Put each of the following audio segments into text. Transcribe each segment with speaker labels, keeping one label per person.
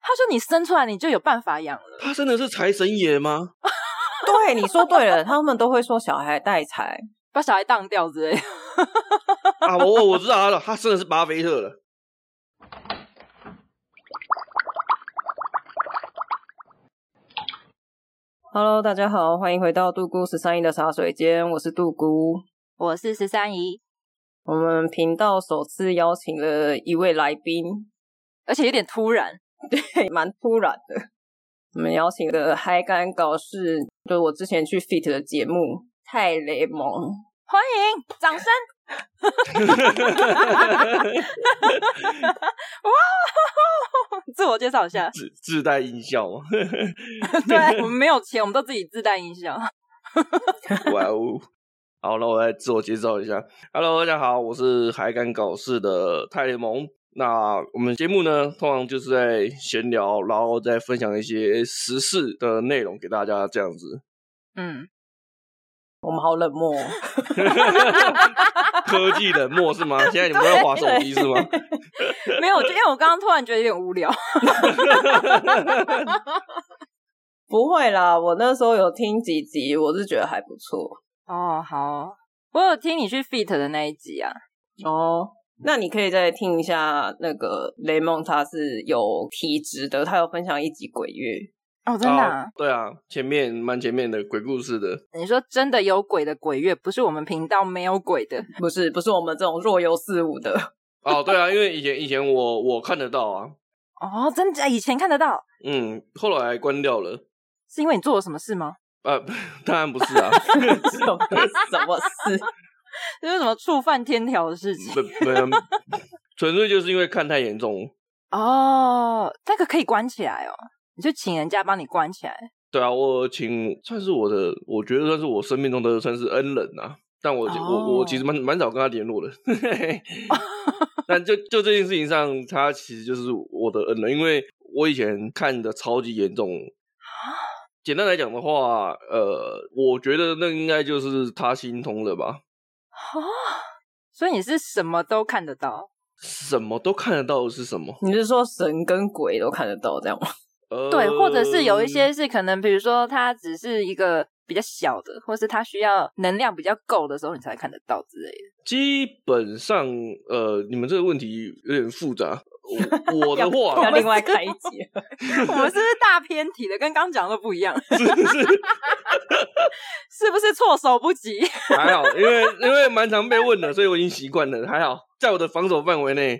Speaker 1: 他说你生出来你就有办法养了，
Speaker 2: 他真的是财神爷吗？
Speaker 3: 对，你说对了，他们都会说小孩带财，
Speaker 1: 把小孩当掉之类的。
Speaker 2: 啊，我我我知道他了，他真的是巴菲特了。
Speaker 3: Hello，大家好，欢迎回到杜姑十三姨的茶水间，我是杜姑。
Speaker 1: 我是十三姨，
Speaker 3: 我们频道首次邀请了一位来宾，
Speaker 1: 而且有点突然，
Speaker 3: 嘿，蛮突然的。我们邀请的嗨干搞事，就是我之前去 fit 的节目泰雷蒙。
Speaker 1: 欢迎掌声。哇！自我介绍一下，
Speaker 2: 自自带音效吗？
Speaker 1: 对我们没有钱，我们都自己自带音效。
Speaker 2: 哇哦！好，那我来自我介绍一下。Hello，大家好，我是海敢搞事的泰联盟。那我们节目呢，通常就是在闲聊，然后再分享一些时事的内容给大家，这样子。
Speaker 1: 嗯，
Speaker 3: 我们好冷漠哦，
Speaker 2: 科技冷漠是吗？现在你们都在划手机是吗？
Speaker 1: 没有，就因为我刚刚突然觉得有点无聊。
Speaker 3: 不会啦，我那时候有听几集，我是觉得还不错
Speaker 1: 哦，好哦我有听你去 fit 的那一集啊。
Speaker 3: 哦。那你可以再听一下那个雷蒙，他是有体质的，他有分享一集鬼月，
Speaker 1: 哦， 真的、啊
Speaker 2: 啊对啊，前面蛮前面的鬼故事的，
Speaker 1: 你说真的有鬼的鬼月，不是我们频道没有鬼的。
Speaker 3: 不是不是我们这种若有似无的，
Speaker 2: 哦，对啊，因为以前以前我我看得到啊，
Speaker 1: 哦，真假？以前看得到，
Speaker 2: 嗯，后来关掉了，
Speaker 1: 是因为你做了什么事吗？
Speaker 2: 呃， 当然不是啊，
Speaker 3: 什么什么事？
Speaker 1: 就是什么触犯天条的事情？
Speaker 2: 不不，纯粹就是因为看太严重。
Speaker 1: 哦，那个可以关起来哦，你就请人家帮你关起来。
Speaker 2: 对啊，我请算是我的，我觉得算是我生命中的算是恩人啊。但我、我我其实蛮蛮少跟他联络的， 但就就这件事情上，他其实就是我的恩人，因为我以前看的超级严重。简单来讲的话，呃，我觉得那应该就是他心通了吧，
Speaker 1: 哦，所以你是什么都看得到？
Speaker 2: 什么都看得到的是什么？
Speaker 3: 你是说神跟鬼都看得到这样吗？
Speaker 2: 呃，
Speaker 1: 对，或者是有一
Speaker 3: 呃
Speaker 2: 嗯
Speaker 1: 些是可能，比如说它只是一个比较小的，或是它需要能量比较够的时候，你才看得到之类的。
Speaker 2: 基本上，呃，你们这个问题有点复杂。我我 的话，啊
Speaker 3: 要另外开一集。
Speaker 1: 我们是不是大偏题的，跟刚讲的不一样？是不是措手不及？
Speaker 2: 还好，因为因为蛮常被问的，所以我已经习惯了。还好，在我的防守范围内，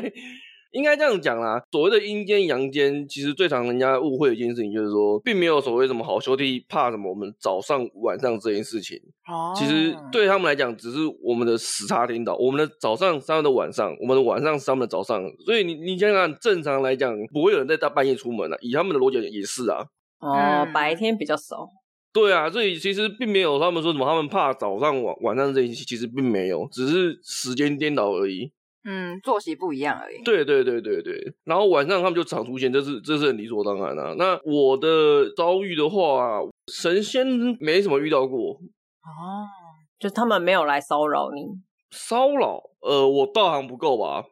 Speaker 2: 应该这样讲啦。所谓的阴间、阳间，其实最常人家误会的一件事情，就是说，并没有所谓什么好兄弟怕什么，我们早上、晚上这件事情，
Speaker 1: 哦
Speaker 2: 其实对他们来讲，只是我们的时差颠倒。我们的早上是他们的晚上，我们的晚上是他们的早上。所以你你想想，正常来讲，不会有人在大半夜出门啊。以他们的逻辑也是啊，
Speaker 3: 哦，
Speaker 1: 嗯
Speaker 3: 白天比较少。
Speaker 2: 对啊，所以其实并没有他们说什么他们怕早上晚晚上这一期，其实并没有，只是时间颠倒而已。
Speaker 1: 嗯，作息不一样而已。
Speaker 2: 对对对对对，然后晚上他们就常出现，这是这是很理所当然啊。那我的遭遇的话，神仙没什么遇到过
Speaker 1: 哦，
Speaker 3: 就他们没有来骚扰你，
Speaker 2: 骚扰，呃，我道行不够吧？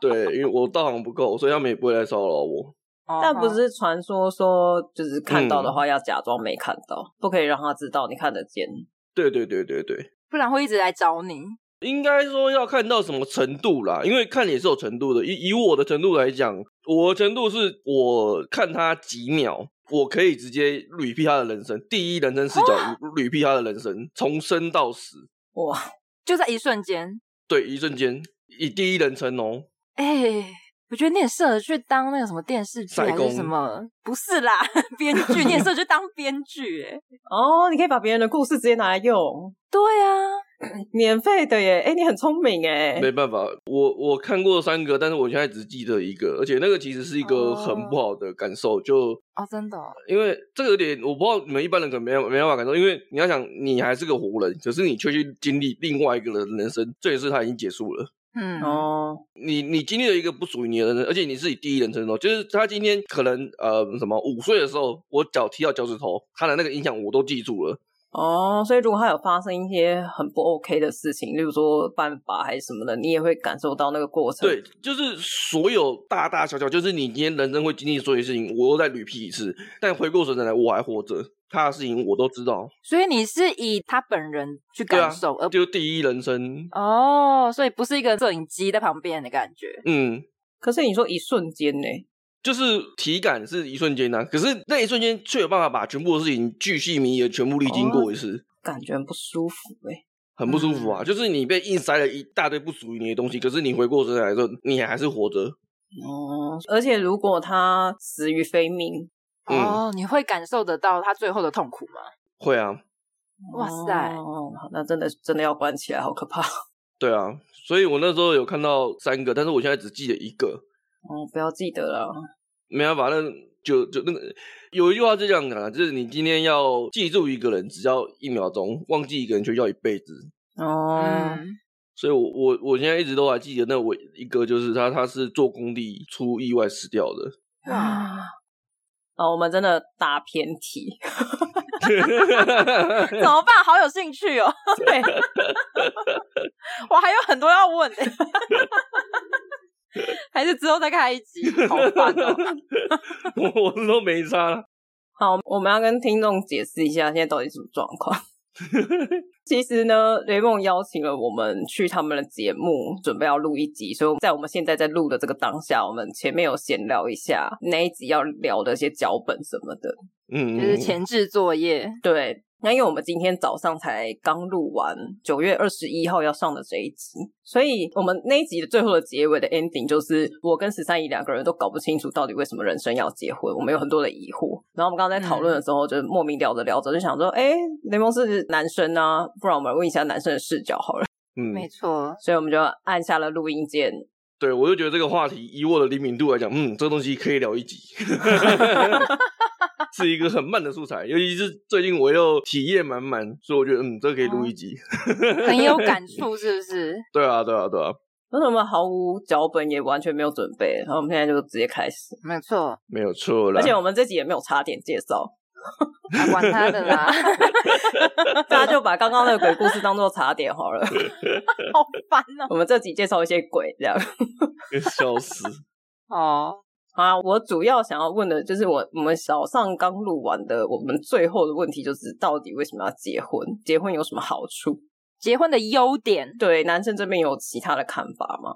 Speaker 2: 对，因为我道行不够，所以他们也不会来骚扰我。
Speaker 1: 哦
Speaker 3: 但不是传说说，就是看到的
Speaker 2: 嗯
Speaker 3: 话要假装没看到，不可以让他知道你看得见。
Speaker 2: 对对对对对，
Speaker 1: 不然会一直来找你。
Speaker 2: 应该说要看到什么程度啦，因为看也是有程度的。以以我的程度来讲，我的程度是我看他几秒，我可以直接捋 e 他的人生，第一人称视角捋 e 他的人生，从生到死，
Speaker 3: 哇，
Speaker 1: 就在一瞬间。
Speaker 2: 对，一瞬间，以第一人称哦、
Speaker 1: 哎、我觉得你很适合去当那个什么电视剧
Speaker 2: 塞
Speaker 1: 还
Speaker 2: 工
Speaker 1: 是什么？不是啦， 编剧，你很适合去当编剧、哎，
Speaker 3: 哦，你可以把别人的故事直接拿来用，
Speaker 1: 对啊，
Speaker 3: 免费的耶！哎，你很聪明哎。
Speaker 2: 没办法，我我看过三个，但是我现在只记得一个，而且那个其实是一个很不好的感受，就
Speaker 1: 哦，真的哦、
Speaker 2: 因为这个有点，我不知道你们一般人可能没有没办法感受，因为你要想，你还是个活人，可是你却去经历另外一个人的人生，这也是他已经结束了。
Speaker 1: 嗯，
Speaker 3: 哦，
Speaker 2: 你你经历了一个不属于你的人生，而且你是以第一人称哦，就是他今天可能呃什么五岁的时候，我脚踢到脚趾头，他的那个影响我都记住了。
Speaker 3: 哦，所以如果他有发生一些很不 OK 的事情，例如说犯法还是什么的，你也会感受到那个过程。
Speaker 2: 对，就是所有大大小小，就是你今天人生会经历所有事情，我都再捋批一次。但回过神来，我还活着，他的事情我都知道。
Speaker 1: 所以你是以他本人去
Speaker 2: 对啊
Speaker 1: 感受，而，不
Speaker 2: 就第一人生，
Speaker 1: 哦，所以不是一个摄影机在旁边的感觉。
Speaker 2: 嗯，
Speaker 3: 可是你说一瞬间呢？
Speaker 2: 就是体感是一瞬间呐、可是那一瞬间却有办法把全部的事情巨细靡遗的全部历经过一次。
Speaker 3: 感觉很不舒服哎、
Speaker 2: 很不舒服啊！就是你被硬塞了一大堆不属于你的东西，可是你回过神来的时候，你还是活着。
Speaker 3: 哦，而且如果他死于非命，
Speaker 2: 嗯
Speaker 1: 哦，你会感受得到他最后的痛苦吗？
Speaker 2: 会啊，
Speaker 1: 哇塞
Speaker 3: 哦，那真的真的要关起来，好可怕
Speaker 2: 对啊，所以我那时候有看到三个，但是我现在只记得一个，
Speaker 3: 哦！不要记得了，
Speaker 2: 没办法，那就就那个有一句话是这样讲的，啊就是你今天要记住一个人，只要一秒钟；忘记一个人，却要一辈子。
Speaker 3: 哦，
Speaker 1: 嗯，
Speaker 2: 所以我，我我现在一直都还记得那我一个，就是他，他是做工地出意外死掉的。
Speaker 1: 哇
Speaker 3: 哇，哦，我们真的大偏 题，
Speaker 1: 怎么办？好有兴趣哦，
Speaker 3: 对，
Speaker 1: 我还有很多要问的，还是之后再 开一集？
Speaker 3: 好烦哦。
Speaker 2: 我我都没差啦
Speaker 3: 好，我们要跟听众解释一下现在到底什么状况。 其实呢，雷梦邀请了我们去他们的节目，准备要录一集，所以在我们现在在录的这个当下，我们前面有闲聊一下那一集要聊的一些脚本什么的。
Speaker 2: 嗯，
Speaker 1: 就是前置作业，
Speaker 3: 对，那因为我们今天早上才刚录完九月二十一号要上的这一集，所以我们那一集的最后的结尾的 ending 就是我跟十三姨两个人都搞不清楚到底为什么人生要结婚，我们有很多的疑惑。然后我们刚刚在讨论的时候，就莫名聊着聊着就想说，哎、雷蒙是男生啊，不然我们问一下男生的视角好了。
Speaker 2: 嗯，
Speaker 1: 没错，
Speaker 3: 所以我们就按下了录音键，
Speaker 2: 对我就觉得这个话题以我的灵敏度来讲，嗯，这东西可以 聊一集， 是一个很慢的素材，尤其是最近我又体验满满，所以我觉得嗯，这个可以录一集。
Speaker 1: 哦很有感触，是不是？
Speaker 2: 对啊，对啊，对啊，
Speaker 3: 但是我们毫无脚本，也完全没有准备，然后我们现在就直接开始，
Speaker 1: 没错，
Speaker 2: 没有错啦。
Speaker 3: 而且我们这集也没有插点介绍。
Speaker 1: 啊管他的啦，
Speaker 3: 大家就把刚刚那个鬼故事当做茶点好了。
Speaker 1: 好烦哦。
Speaker 3: 我们这集介绍一些鬼这样。
Speaker 2: 笑死，
Speaker 1: 哦，
Speaker 3: 好啊，我主要想要问的就是我我们早上刚录完的，我们最后的问题就是到底为什么要结婚？结婚有什么好处？
Speaker 1: 结婚的优点，
Speaker 3: 对男生这边有其他的看法吗？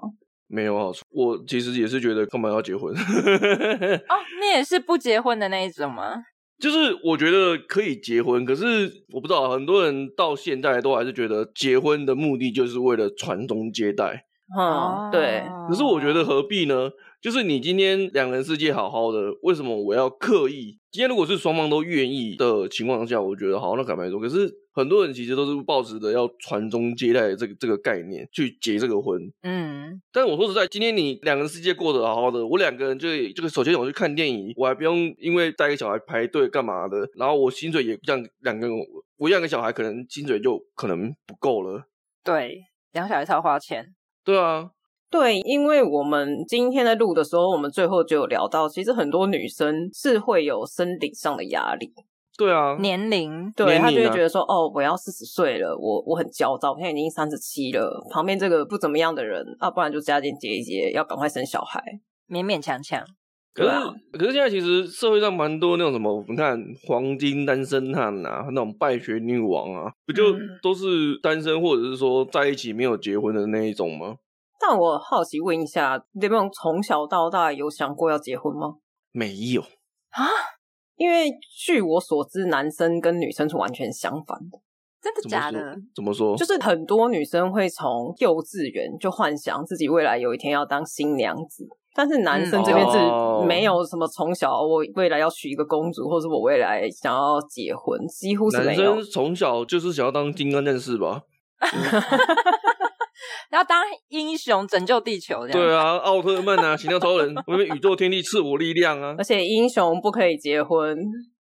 Speaker 2: 没有好处。我其实也是觉得干嘛要结婚，
Speaker 1: 哦，你也是不结婚的那一种吗？
Speaker 2: 就是我觉得可以结婚，可是我不知道很多人到现在都还是觉得结婚的目的就是为了传宗接代。
Speaker 1: 哦
Speaker 3: 嗯，对，
Speaker 2: 可是我觉得何必呢？就是你今天两人世界好好的，为什么我要刻意？今天如果是双方都愿意的情况下，我觉得好，那坦白说。可是很多人其实都是抱持着要传宗接代的这个这个概念去结这个婚。
Speaker 1: 嗯，
Speaker 2: 但我说实在，今天你两个人世界过得好好的，我两个人就这个首先我去看电影，我还不用因为带个小孩排队干嘛的，然后我薪水也让两个人，我养个小孩可能薪水就可能不够了。
Speaker 1: 对，养小孩超花钱，
Speaker 2: 对啊，
Speaker 3: 对，因为我们今天在录的时候，我们最后就有聊到，其实很多女生是会有生理上的压力，
Speaker 2: 对啊，
Speaker 1: 年龄
Speaker 3: 对
Speaker 2: 年
Speaker 3: 他就
Speaker 2: 龄
Speaker 3: 会
Speaker 2: 啊
Speaker 3: 觉得说，哦，我要四十岁了，我我很焦躁，我现在已经三十七了，旁边这个不怎么样的人，啊，不然就加减结一结，要赶快生小孩。
Speaker 1: 勉勉强强，
Speaker 2: 可是、
Speaker 3: 对啊
Speaker 2: 可是现在其实社会上蛮多那种什么，你看黄金单身汉啊，那种败血女王啊，不就
Speaker 1: 嗯
Speaker 2: 都是单身或者是说在一起没有结婚的那一种吗？
Speaker 3: 但我好奇问一下，雷梦从小到大有想过要结婚吗？
Speaker 2: 没有，
Speaker 3: 因为据我所知，男生跟女生是完全相反的，
Speaker 1: 真的
Speaker 2: 怎么
Speaker 1: 假
Speaker 2: 说
Speaker 1: 的？？
Speaker 2: 怎么说？
Speaker 3: 就是很多女生会从幼稚园就幻想自己未来有一天要当新娘子。但是男生这边是
Speaker 2: 嗯哦
Speaker 3: 没有什么从小我未来要娶一个公主，或者我未来想要结婚，几乎是
Speaker 2: 男
Speaker 3: 没有。
Speaker 2: 生从小就是想要当金刚战士吧？
Speaker 1: 要当英雄拯救地球这样？
Speaker 2: 对，啊，奥特曼啊， 行动超人，我们宇宙天地赐我力量啊
Speaker 3: 而！且英雄不可以结婚，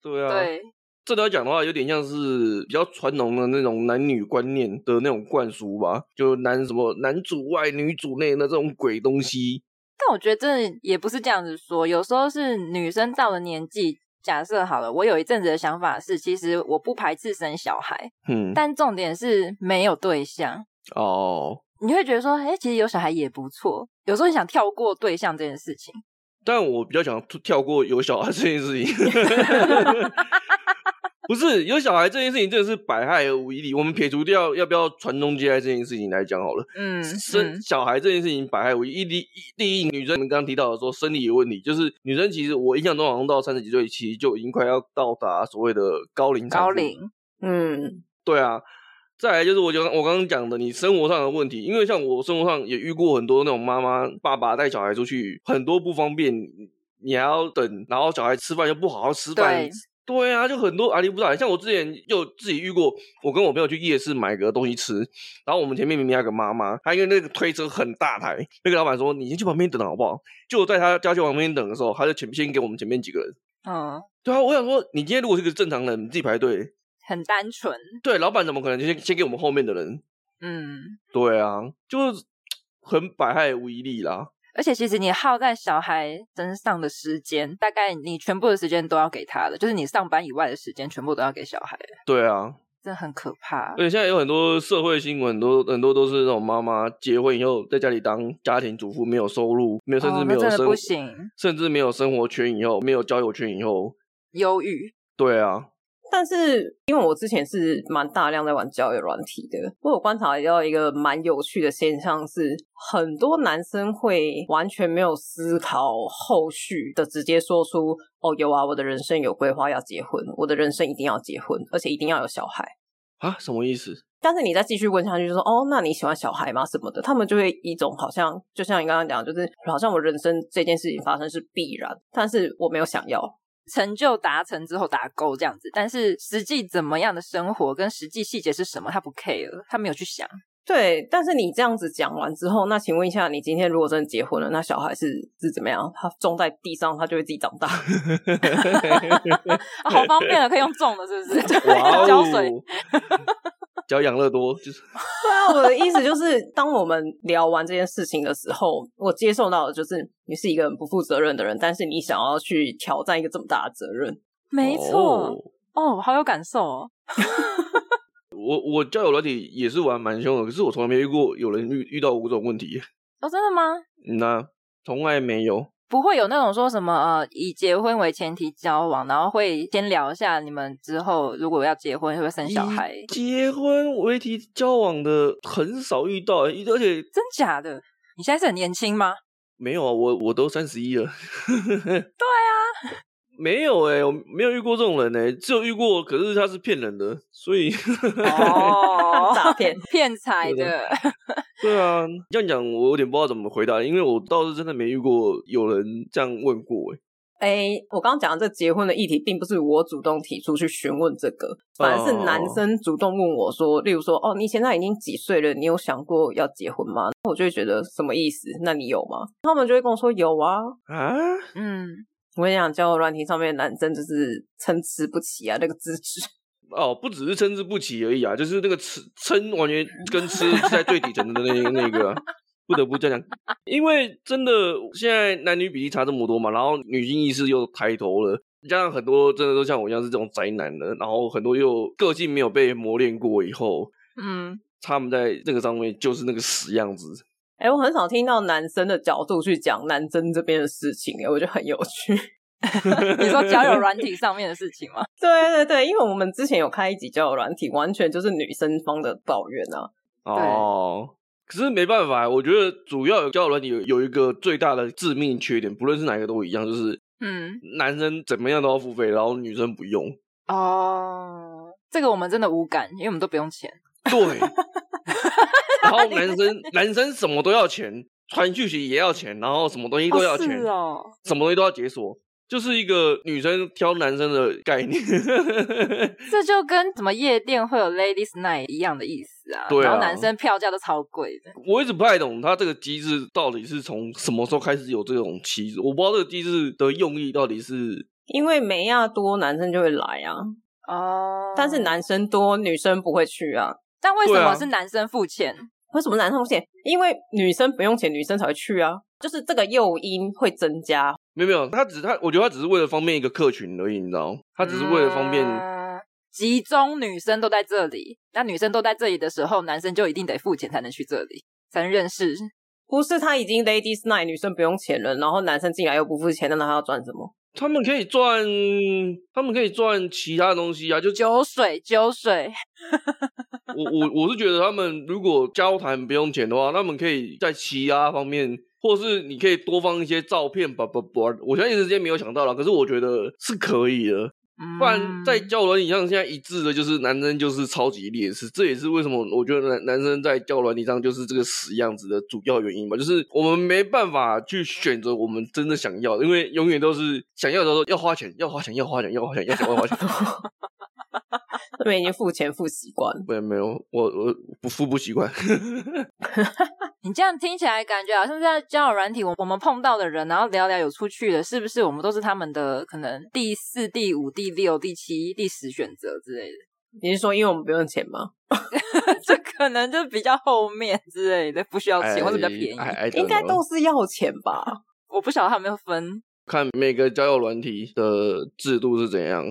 Speaker 2: 对啊，
Speaker 1: 对，
Speaker 2: 这来讲的话，有点像是比较传统的那种男女观念的那种灌输吧，就男什么男主外女主内的这种鬼东西。
Speaker 1: 但我觉得真的也不是这样子说，有时候是女生到了年纪，假设好了，我有一阵子的想法是，其实我不排斥生小孩，
Speaker 2: 嗯，
Speaker 1: 但重点是没有对象。
Speaker 2: 哦，
Speaker 1: 你会觉得说，哎、其实有小孩也不错。有时候你想跳过对象这件事情，
Speaker 2: 但我比较想突跳过有小孩这件事情。 不是有小孩这件事情，真的是百害而无一利。我们撇除掉要不要传宗接代这件事情来讲好了，
Speaker 1: 嗯，
Speaker 2: 生
Speaker 1: 嗯
Speaker 2: 小孩这件事情百害无一利。第一，女生我们刚刚提到的说生理有问题，就是女生其实我印象中好像到三十几岁，其实就已经快要到达所谓的高龄产妇
Speaker 1: 高龄，
Speaker 3: 嗯，
Speaker 2: 对啊，再来就是我讲我刚刚讲的，你生活上的问题，因为像我生活上也遇过很多那种妈妈爸爸带小孩出去，很多不方便，你你还要等，然后小孩吃饭又不好好吃饭
Speaker 1: 对。
Speaker 2: 对啊，就很多阿里不达。像我之前就自己遇过，我跟我朋友去夜市买个东西吃，然后我们前面明明还有个妈妈，她因为那个推车很大台，那个老板说你先去旁边等好不好？就在她家去旁边等的时候，她就前先给我们前面几个人。
Speaker 1: 嗯，
Speaker 2: 对啊，我想说，你今天如果是个正常人，你自己排队，
Speaker 1: 很单纯，
Speaker 2: 对，老板怎么可能就先先给我们后面的人？
Speaker 1: 嗯。
Speaker 2: 对啊，就是很百害无一利啦。
Speaker 1: 而且其实你耗在小孩身上的时间，大概你全部的时间都要给他的，就是你上班以外的时间全部都要给小孩，
Speaker 2: 对啊，
Speaker 1: 这很可怕
Speaker 2: 而。且现在有很多社会新闻，很多很多都是那种妈妈结婚以后在家里当家庭主妇，没有收入，没有甚至
Speaker 1: 哦那
Speaker 2: 没有
Speaker 1: 真的
Speaker 2: 生，
Speaker 1: 不行，
Speaker 2: 甚至没有生活圈以后，没有交友圈以后，
Speaker 1: 忧郁，
Speaker 2: 对啊，
Speaker 3: 但是因为我之前是蛮大量在玩交友软体的，我有观察到一个蛮有趣的现象是，很多男生会完全没有思考后续的，直接说出“哦，有啊，我的人生有规划要结婚，我的人生一定要结婚，而且一定要有小孩。”
Speaker 2: 啊，什么意思？
Speaker 3: 但是你再继续问下去，就说哦，那你喜欢小孩吗？什么的，他们就会一种好像，就像你刚刚讲，就是好像我人生这件事情发生是必然，但是我没有想要。
Speaker 1: 成就达成之后打勾这样子，但是实际怎么样的生活跟实际细节是什么，他不 care，他没有去想。
Speaker 3: 对，但是你这样子讲完之后，那请问一下，你今天如果真的结婚了，那小孩是是怎么样？他种在地上，他就会自己长大。
Speaker 1: 啊，好方便了，可以用种的，是不是？
Speaker 2: 哇
Speaker 1: 浇
Speaker 2: 哦
Speaker 1: 水，，
Speaker 2: 教养乐多就是
Speaker 3: 对啊，我的意思就是，当我们聊完这件事情的时候，我接受到的就是你是一个很不负责任的人，但是你想要去挑战一个这么大的责任。
Speaker 1: 没错，哦，好有感受哦。
Speaker 2: 我我交友软体也是玩蛮凶的，可是我从来没遇过有人遇遇到过这种问题，
Speaker 1: 哦，真的吗？
Speaker 2: 嗯呐、从来没有。
Speaker 1: 不会有那种说什么呃，以结婚为前提交往，然后会先聊一下你们之后如果要结婚会不会生小孩？
Speaker 2: 以结婚为题交往的很少遇到，而且
Speaker 1: 真假的？你现在是很年轻吗？
Speaker 2: 没有啊，我我都三十一了。 对啊，没有哎、我没有遇过这种人哎、只有遇过，可是他是骗人的，所以
Speaker 1: 哦
Speaker 3: 诈骗
Speaker 1: 骗财
Speaker 2: 对
Speaker 1: 的，
Speaker 2: 对啊，这样讲我有点不知道怎么回答，因为我倒是真的没遇过有人这样问过哎、
Speaker 3: 哎，我刚刚讲的这结婚的议题，并不是我主动提出去询问这个，反而是男生主动问我说，例如说，哦，你现在已经几岁了？你有想过要结婚吗？我就会觉得什么意思？那你有吗？他们就会跟我说有啊。
Speaker 2: 啊，
Speaker 1: 嗯，
Speaker 3: 我跟你讲，交友软体上面的男生就是参差不齐啊，那个资质。
Speaker 2: 哦，不只是参差不齐而已啊，就是那个吃撑完全跟吃是在最底层的那那个啊、不得不这样讲，因为真的现在男女比例差这么多嘛，然后女性意识又抬头了。加上很多真的都像我一样是这种宅男的，然后很多又个性没有被磨练过，以后
Speaker 1: 嗯，
Speaker 2: 他们在这个上面就是那个死样子。
Speaker 3: 哎，我很少听到男生的角度去讲男生这边的事情，哎，我觉得很有趣。
Speaker 1: 你说交友软体上面的事情吗？
Speaker 3: 对对对，因为我们之前有开一集交友软体，完全就是女生方的抱怨啊。
Speaker 2: 哦，可是没办法，我觉得主要有交友软体有有一个最大的致命缺点，不论是哪一个都一样，就是
Speaker 1: 嗯，
Speaker 2: 男生怎么样都要付费，然后女生不用。
Speaker 1: 哦，这个我们真的无感，因为我们都不用钱。
Speaker 2: 对，然后男 生男生什么都要钱，传讯息也要钱，然后什么东西都要钱，
Speaker 1: 是哦，
Speaker 2: 什么东西都要解锁，就是一个女生挑男生的概念。
Speaker 1: 这就跟什么夜店会有 ladies night 一样的意思啊。
Speaker 2: 对啊
Speaker 1: 然后男生票价都超贵的。
Speaker 2: 我一直不太懂他这个机制到底是从什么时候开始有这种机制，我不知道这个机制的用意到底是
Speaker 3: 因为梅亚多，男生就会来啊，
Speaker 1: 哦，
Speaker 3: 但是，男生多，女生不会去啊。
Speaker 1: 但为什
Speaker 2: 对
Speaker 1: 么
Speaker 2: 啊
Speaker 1: 是男生付钱？
Speaker 3: 为什么男生不行？因为女生不用钱，女生才会去啊。就是这个诱因会增加，
Speaker 2: 没有没有，他只他我觉得他只是为了方便一个客群而已，你知道吗？他只是为了方便，
Speaker 1: 嗯集中女生都在这里，那女生都在这里的时候，男生就一定得付钱才能去这里，才能认识。
Speaker 3: 不是他已经 ladies night 女生不用钱了，然后男生进来又不付钱，那他要赚什么？
Speaker 2: 他们可以赚，他们可以赚其他的东西啊。就
Speaker 1: 酒水，酒水，
Speaker 2: 我我我是觉得他们如果交谈不用钱的话，他们可以在其他方面，或是你可以多放一些照片吧吧吧。我现在一时间没有想到了，可是我觉得是可以的。
Speaker 1: 嗯
Speaker 2: 不然在交友软体上，现在一致的就是男生就是超级劣势，这也是为什么我觉得男男生在交友软体上就是这个死样子的主要原因吧，就是我们没办法去选择我们真的想要的，因为永远都是想要的时候要花钱，要花钱，要花钱，要花钱，要钱，要花钱。
Speaker 3: 他们已经付钱付习惯了。
Speaker 2: 没有没有，我我不付不习惯。
Speaker 1: 你这样听起来，感觉好像是在交友软体，我我们碰到的人，然后聊聊有出去的，是不是我们都是他们的可能第四、第五、第六、第七、第十选择之类的？
Speaker 3: 你是说因为我们不用钱吗？
Speaker 1: 这可能就比较后面之类的，不需要钱或者比较便宜。
Speaker 2: 哎哎，
Speaker 3: 应该
Speaker 2: 懂了
Speaker 3: 都是要钱吧？
Speaker 1: 我不晓得他有没有分
Speaker 2: 看每个交友软体的制度是怎样。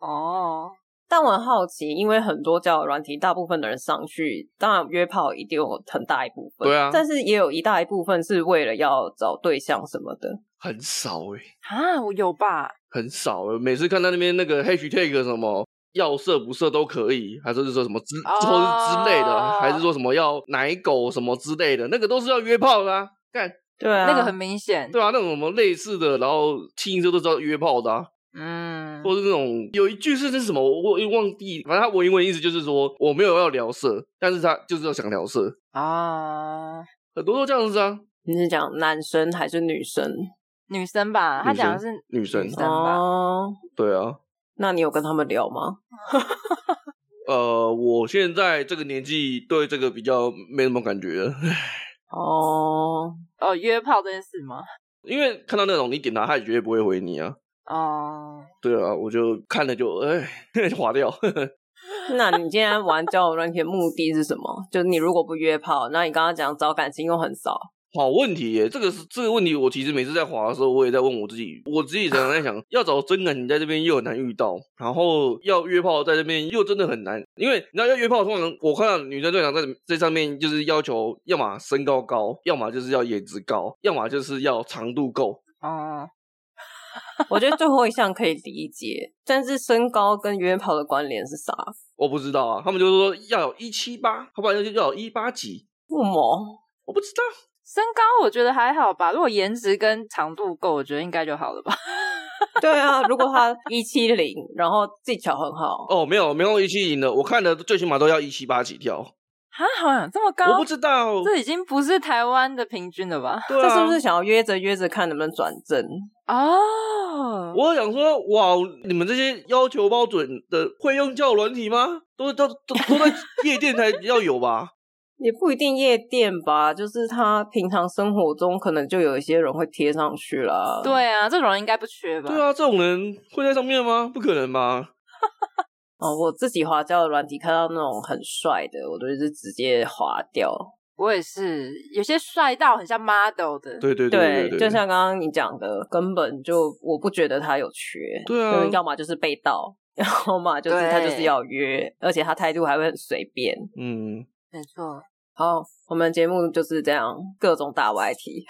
Speaker 1: 哦。
Speaker 3: 但我很好奇，因为很多交友软体，大部分的人上去，当然约炮一定有很大一部分，
Speaker 2: 对啊
Speaker 3: 但是也有一大一部分是为了要找对象什么的。
Speaker 2: 很少诶、
Speaker 1: 啊，我有吧？
Speaker 2: 很少了。每次看到那边那个 hashtag 什么要色不色都可以，还是说什么之
Speaker 1: 哦
Speaker 2: 或是之类的，还是说什么要奶狗什么之类的，那个都是要约炮的、啊。干
Speaker 3: 对啊，
Speaker 1: 那个很明显，
Speaker 2: 对啊，那种什么类似的，然后听说都知道约炮的、啊，
Speaker 1: 嗯，
Speaker 2: 或是那种有一句是那什么，我我忘记，反正他文言文意思就是说我没有要聊色，但是他就是要想聊色，
Speaker 1: 啊，
Speaker 2: 很多都这样子啊。
Speaker 3: 你是讲男生还是女生？
Speaker 1: 女生吧，她讲的是
Speaker 2: 女生
Speaker 1: 女生吧，
Speaker 3: 哦，
Speaker 2: 对啊，
Speaker 3: 那你有跟他们聊吗？
Speaker 2: 呃，我现在这个年纪对这个比较没什么感觉了。
Speaker 3: 哦，
Speaker 1: 哦，约炮这件事吗？
Speaker 2: 因为看到那种你点他，他也绝对不会回你啊。
Speaker 1: 哦，
Speaker 2: 对啊，我就看了就哎 划掉。
Speaker 3: 那你今天玩交友软体的目的是什么？就是你如果不约炮，那你刚刚讲找感情又很少，
Speaker 2: 好问题耶，这个是这个问题，我其实每次在滑的时候，我也在问我自己，我自己常常在想，要找真感情在这边又很难遇到，然后要约炮在这边又真的很难，因为你知道要约炮，通常我看到女生队长在这上面就是要求，要么身高高，要么就是要颜值高，要么就是要长度够。
Speaker 1: 哦，
Speaker 3: 我觉得最后一项可以理解，但是身高跟约炮的关联是啥？
Speaker 2: 我不知道啊，他们就说要有一七八，要不然就要有一八几，
Speaker 3: 父母。
Speaker 2: 我不知道。
Speaker 1: 身高我觉得还好吧，如果颜值跟长度够，我觉得应该就好了吧。
Speaker 3: 对啊，如果他 一七零，然后技巧很好，
Speaker 2: 哦，没有，没有一七零的，我看的最起码都要一七八起跳，
Speaker 1: 啊，好像这么
Speaker 2: 我
Speaker 1: 高
Speaker 2: 不，知道，
Speaker 1: 这已经不是台湾的平均了吧？
Speaker 2: 对
Speaker 3: 这
Speaker 2: 啊，
Speaker 3: 是不是？想要约着约着看能不能转正？
Speaker 1: 哦，
Speaker 2: 我想说，哇，你们这些要求包准的会用叫软体吗？都都都都在夜店才要有吧？
Speaker 3: 也不一定夜店吧，就是他平常生活中可能就有一些人会贴上去啦。，
Speaker 1: 对啊，这种人应该不缺吧？
Speaker 2: 对啊，这种人会在上面吗？不可能吧？
Speaker 3: 哦，我自己滑交的软体看到那种很帅的，我都是直接滑掉。
Speaker 1: 我也是，有些帅到很像 model 的，
Speaker 2: 对对对对，
Speaker 3: 就像刚刚你讲的，根本就我不觉得他有缺，
Speaker 2: 对啊
Speaker 3: 就是要么就是被盗，要么就是他就是
Speaker 1: 对
Speaker 3: 要约，而且他态度还会很随便。
Speaker 2: 嗯，
Speaker 1: 没 错，
Speaker 3: 好，我们节目就是这样，各种大歪题。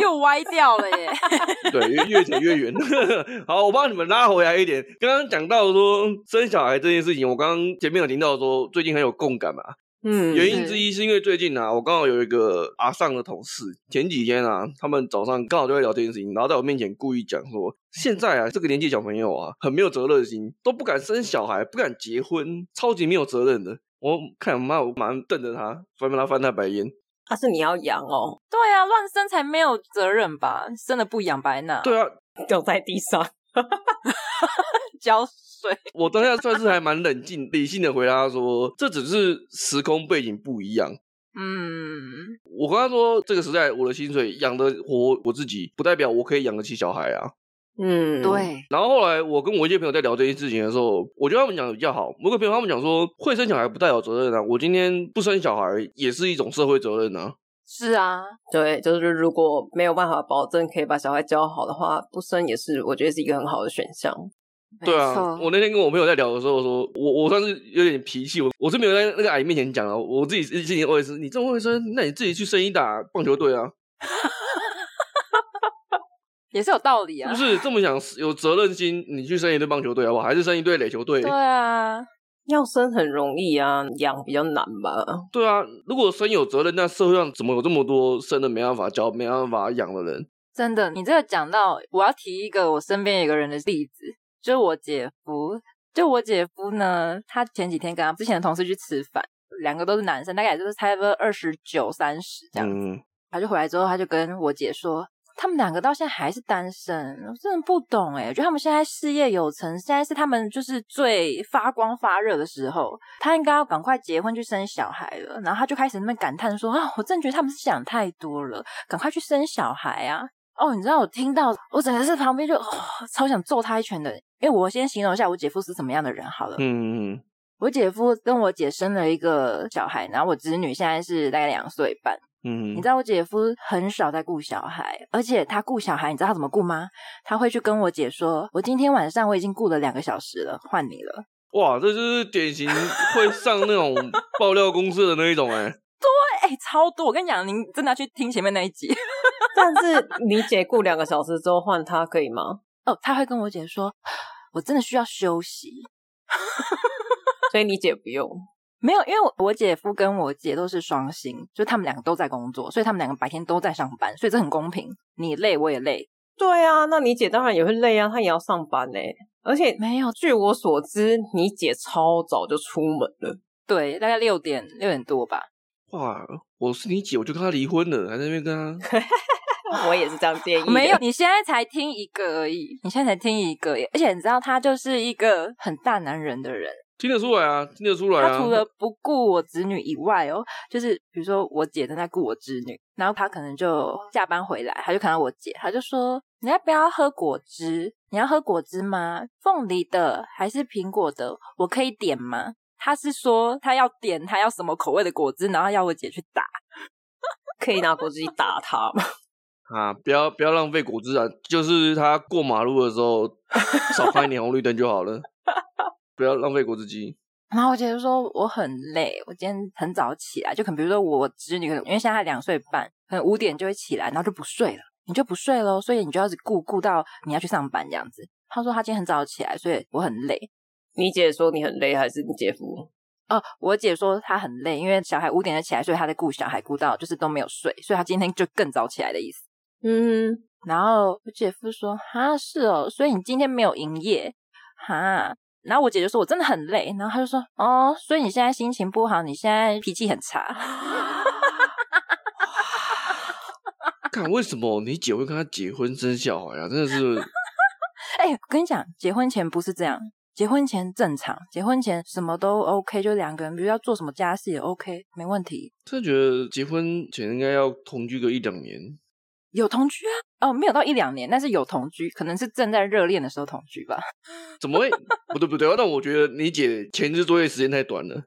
Speaker 1: 又歪掉了耶。
Speaker 2: 对，越越扯越远。 好，我帮你们拉回来一点。刚刚讲到说生小孩这件事情，我刚刚前面有听到说最近很有共感嘛，
Speaker 3: 嗯，
Speaker 2: 原因之一是因为最近啊，我刚好有一个阿尚的同事，前几天啊，他们早上刚好就在聊这件事情，然后在我面前故意讲说，现在啊这个年纪小朋友啊，很没有责任心，都不敢生小孩，不敢结婚，超级没有责任的。我看我妈，我马上瞪着她，翻她翻她白眼。
Speaker 3: 他啊是你要养哦，
Speaker 1: 对啊，乱生才没有责任吧？生了不养白拿，
Speaker 2: 对啊，
Speaker 3: 掉在地上。
Speaker 1: 浇水。
Speaker 2: 我当下算是还蛮冷静、理性的回答她说，这只是时空背景不一样。
Speaker 1: 嗯，
Speaker 2: 我跟她说，这个时代我的薪水养得活我自己，不代表我可以养得起小孩啊。
Speaker 3: 嗯，，
Speaker 1: 对，
Speaker 2: 然后后来我跟我一些朋友在聊这件事情的时候，我觉得他们讲的比较好。我有个朋友他们讲说，会生小孩不带有责任啊，我今天不生小孩也是一种社会责任啊。
Speaker 1: 是啊，
Speaker 3: 对，就是如果没有办法保证可以把小孩教好的话，不生也是我觉得是一个很好的选项。
Speaker 2: 对
Speaker 1: 没
Speaker 2: 啊，
Speaker 1: 错
Speaker 2: 我那天跟我朋友在聊的时候，我说我我算是有点脾气，我我是没有在那个阿姨面前讲啊，我自己自己我也是，你这么会生，那你自己去生一打棒球队啊，
Speaker 1: 也是有道理啊
Speaker 2: 不。是这么想有责任心，你去生一队棒球队好不好？还是生一队垒球队？
Speaker 1: 对啊，
Speaker 3: 要生很容易啊，养比较难吧？
Speaker 2: 对啊，如果生有责任，那社会上怎么有这么多生的没办法教、没办法养的人？
Speaker 1: 真的，你这个讲到，我要提一个我身边有一个人的例子，就是我姐夫。就我姐夫呢，他前几天跟他之前的同事去吃饭，两个都是男生，大概也就是差不多二十九、三十这样子。
Speaker 2: 嗯，
Speaker 1: 他就回来之后，他就跟我姐说，他们两个到现在还是单身，我真的不懂哎，我觉得他们现在事业有成，现在是他们就是最发光发热的时候，他应该要赶快结婚去生小孩了。然后他就开始那边感叹说啊，我真的觉得他们是想太多了，赶快去生小孩啊！哦，你知道我听到，我整个是旁边就、哦超想揍他一拳的。因为我先形容一下我姐夫是怎么样的人好了。
Speaker 2: 嗯嗯
Speaker 1: 我姐夫跟我姐生了一个小孩，然后我侄女现在是大概两岁半。
Speaker 2: 嗯，
Speaker 1: 你知道我姐夫很少在顾小孩，而且他顾小孩，你知道他怎么顾吗？他会去跟我姐说：“我今天晚上我已经顾了两个小时了，换你了。
Speaker 2: 哇，这就是典型会上那种爆料公司的那一种哎、
Speaker 1: 哎”哎、超多！我跟你讲，您真的要去听前面那一集
Speaker 3: 但是你姐雇两个小时之后换他可以吗？
Speaker 1: 哦。他会跟我姐说：“我真的需要休息。
Speaker 3: 所以你姐不用。”
Speaker 1: 没有，因为我我姐夫跟我姐都是双薪，就他们两个都在工作，所以他们两个白天都在上班，所以这很公平。你累，我也累，
Speaker 3: 对啊，那你姐当然也会累啊，她也要上班呢、而且
Speaker 1: 没有
Speaker 3: 据我所知，你姐超早就出门了。
Speaker 1: 对，大概六点六点多吧。
Speaker 2: 哇，我是你姐，我就跟她离婚了，还在那边跟她。
Speaker 3: 我也是这样 建议。
Speaker 1: 没有，，你现在才听一个而已，你现在才听一个，而且你知道他就是一个很大男人的人，
Speaker 2: 听得出来啊，听得出来啊。
Speaker 1: 他除了不顾我侄女以外哦，就是比如说我姐正在顾我侄女，然后他可能就下班回来，他就看到我姐，他就说你要不要喝果汁？你要喝果汁吗？凤梨的还是苹果的？我可以点吗？他是说他要点他要什么口味的果汁，然后要我姐去打。
Speaker 3: 可以拿果汁机打她吗？
Speaker 2: 啊，不要不要浪费果汁啊，就是她过马路的时候少开一点红绿灯就好了，不要浪费果汁机。
Speaker 1: 然后我姐就说我很累，我今天很早起来，就可能比如说我侄女，可能因为现在她两岁半，可能五点就会起来，然后就不睡了，你就不睡咯，所以你就要一直顾顾到你要去上班这样子。她说她今天很早起来，所以我很累。
Speaker 3: 你姐说你很累，还是你姐夫？
Speaker 1: 哦，我姐说她很累，因为小孩五点就起来，所以她在顾小孩，顾到就是都没有睡，所以她今天就更早起来的意思。
Speaker 3: 嗯，
Speaker 1: 然后我姐夫说：“哈，是哦，所以你今天没有营业，哈。”然后我姐就说：“我真的很累。”然后他就说：“哦，所以你现在心情不好，你现在脾气很差。
Speaker 2: 看为什么你姐会跟她结婚生小孩啊？真的是”
Speaker 1: 哎，我跟你讲，结婚前不是这样，结婚前正常，结婚前什么都 OK，就两个人，比如要做什么家事也 OK，没问题。
Speaker 2: 真的觉得结婚前应该要同居个一两年。
Speaker 1: 有同居啊？哦，没有到一两年，但是有同居，可能是正在热恋的时候同居吧。
Speaker 2: 怎么会？不对不对，但我觉得你姐前置作业时间太短了。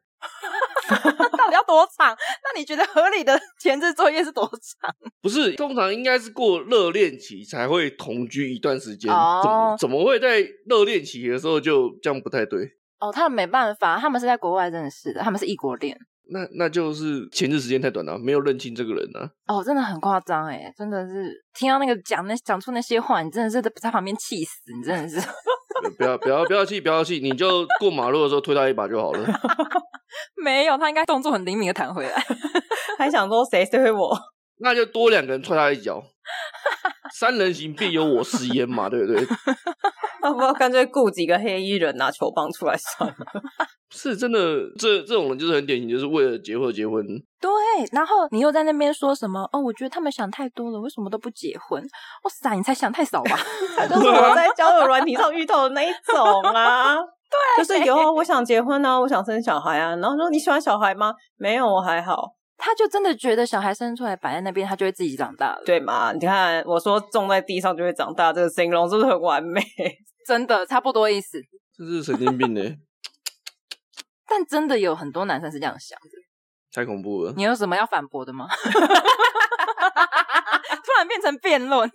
Speaker 1: 到底要多长？那你觉得合理的前置作业是多长？
Speaker 2: 不是，通常应该是过热恋期才会同居一段时间怎
Speaker 1: 哦
Speaker 2: 么怎么会在热恋期的时候就这样不太对？
Speaker 1: 哦，他们没办法，他们是在国外认识的，他们是异国恋。
Speaker 2: 那那就是前置时间太短了，没有认清这个人啊。
Speaker 1: 哦，真的很夸张哎，真的是听到那个讲那讲出那些话，你真的是在旁边气死，你真的是
Speaker 2: 不要不要不要气不要气，你就过马路的时候推他一把就好了。
Speaker 1: 没有，他应该动作很灵敏的弹回来。
Speaker 3: 还想说谁对我？
Speaker 2: 那就多两个人踹他一脚。三人行必有我师焉嘛，对不对？
Speaker 3: 要不要干脆雇几个黑衣人拿球棒出来算了？
Speaker 2: 是真的，这这种人就是很典型，就是为了结婚而结婚。
Speaker 1: 对，然后你又在那边说什么？哦，我觉得他们想太多了，为什么都不结婚？哇塞，你才想太少 吧？
Speaker 3: 他就是 我在交友软体上遇到的那一种啊。 对，就是有啊，我想结婚啊，我想生小孩啊，然后说你喜欢小孩吗？没有，我还好，
Speaker 1: 他就真的觉得小孩生出来摆在那边，他就会自己长大了。
Speaker 3: 对嘛？你看我说种在地上就会长大，这个形容是不是很完美？
Speaker 1: 真的差不多意思。
Speaker 2: 这是神经病呢、
Speaker 1: 但真的有很多男生是这样想的。
Speaker 2: 太恐怖了。
Speaker 1: 你有什么要反驳的吗？ 突然变成辩论，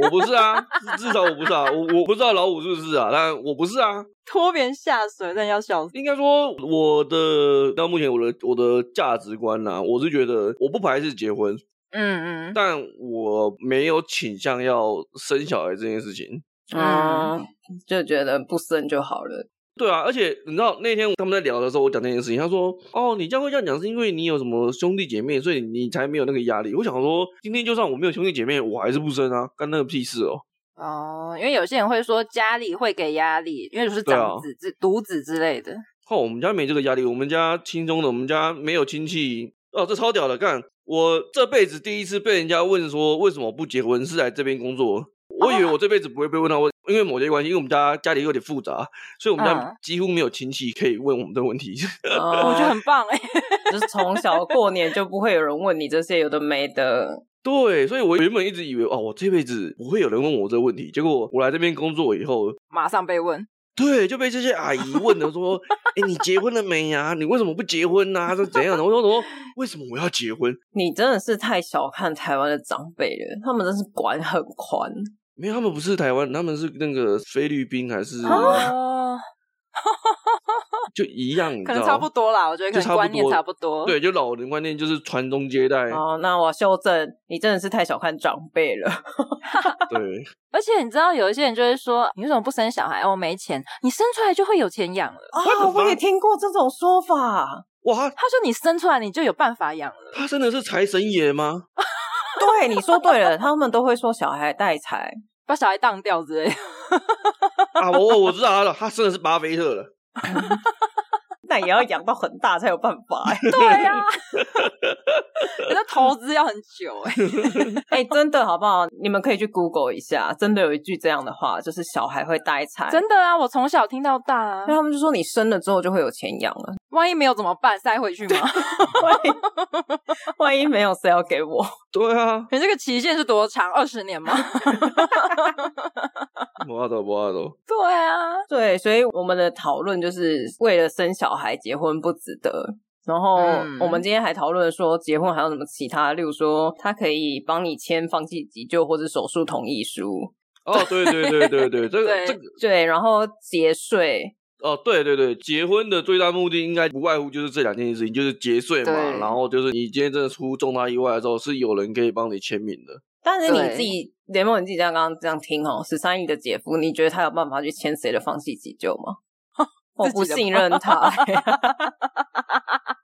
Speaker 2: 我不是啊，至至少我不是啊，我我不知道老五是不是啊，但我不是啊。
Speaker 1: 拖别人下水，真的要笑死。
Speaker 2: 应该说，我的到目前我的我的价值观呐、我是觉得我不排斥结婚，
Speaker 1: 嗯嗯，
Speaker 2: 但我没有倾向要生小孩这件事情。
Speaker 1: 嗯
Speaker 3: 嗯，就觉得不生就好了。
Speaker 2: 对啊，而且你知道那天他们在聊的时候，我讲这件事情，他说：“哦，你这样会这样讲，是因为你有什么兄弟姐妹，所以你才没有那个压力。”我想说，今天就算我没有兄弟姐妹，我还是不生啊，干那个屁事哦。
Speaker 1: 哦，因为有些人会说家里会给压力，因为就是长子、之独子之类的。
Speaker 2: 靠，我们家没这个压力，我们家轻松的，我们家没有亲戚哦，这超屌的。干，我这辈子第一次被人家问说为什么不结婚，是来这边工作。我以为我这辈子不会被问到问，因为某些关系，因为我们家家里有点复杂，所以我
Speaker 1: 嗯
Speaker 2: 们家几乎没有亲戚可以问我们的问题。
Speaker 1: 我
Speaker 3: 我
Speaker 1: 觉得很 棒哎、
Speaker 3: 哦就是从小过年就不会有人问你这些有的没的，
Speaker 2: 对，所以我原本一直以为哦，我这辈子不会有人问我这个问题，结果我来这边工作以后，
Speaker 1: 马上被问，
Speaker 2: 对，就被这些阿姨问的说，哎、你结婚了没呀、你为什么不结婚呐、这怎样的？我说说，为什么我要结婚？
Speaker 3: 你真的是太小看台湾的长辈了，他们真是管很宽。
Speaker 2: 没有，他们不是台湾，他们是那个菲律宾还是
Speaker 1: 哦，
Speaker 2: 就一样，你
Speaker 1: 可
Speaker 2: 知
Speaker 1: 能差
Speaker 2: 道
Speaker 1: 不
Speaker 2: 吗？
Speaker 1: 多啦，我觉得可
Speaker 2: 就
Speaker 1: 能
Speaker 2: 差不
Speaker 1: 观念
Speaker 2: 多
Speaker 1: 差不多。
Speaker 2: 对，就老人观念就是传宗接代，
Speaker 3: 哦，那我修正，你真的是太小看长辈了。
Speaker 2: 对，
Speaker 1: 而且你知道，有一些人就会说，你为什么不生小孩？哦，没钱，你生出来就会有钱养了。
Speaker 3: 啊
Speaker 2: What the fuck？
Speaker 3: 我也听过这种说法，
Speaker 2: 哇，
Speaker 1: 他说你生出来你就有办法养了。
Speaker 2: 他真的是财神爷吗？
Speaker 3: 对，你说对了，他们都会说小孩带财，
Speaker 1: 把小孩当掉之类的，
Speaker 2: 啊，我我我知道他了，他真的是巴菲特了。
Speaker 3: 那也要养到很大才有办法、欸。
Speaker 1: 对呀、 人家投资要很久哎、
Speaker 3: 哎、真的好不好？你们可以去 Google 一下，真的有一句这样的话，就是小孩会带财。
Speaker 1: 真的啊，我从小听到大啊
Speaker 3: 因为，他们就说你生了之后就会有钱养了，
Speaker 1: 万一没有怎么办？塞回去吗？
Speaker 3: 万一万一没有谁要给我？
Speaker 2: 对啊，
Speaker 1: 你这个期限是多长？二十年吗？
Speaker 2: 我懂我懂。
Speaker 1: 对啊，
Speaker 3: 对，所以我们的讨论就是为了生小孩结婚不值得。然后
Speaker 1: 嗯
Speaker 3: 我们今天还讨论说，结婚还有什么其他，例如说他可以帮你签放弃急救或者手术同意书，
Speaker 2: 哦，对对对对对，这
Speaker 1: 对
Speaker 2: 个这个
Speaker 3: 对，然后节税，
Speaker 2: 哦，对对对，结婚的最大目的应该不外乎就是这两件事情，就是节税嘛，
Speaker 1: 对
Speaker 2: 然后就是你今天真的出重大意外的时候，是有人可以帮你签名的。
Speaker 3: 但是
Speaker 1: 对
Speaker 3: 你自己联盟，你自己这样刚刚这样听哦，十三亿的姐夫，你觉得他有办法去签谁的放弃急救吗？ 我不
Speaker 1: 自己
Speaker 3: 信
Speaker 1: 的
Speaker 3: 任 他、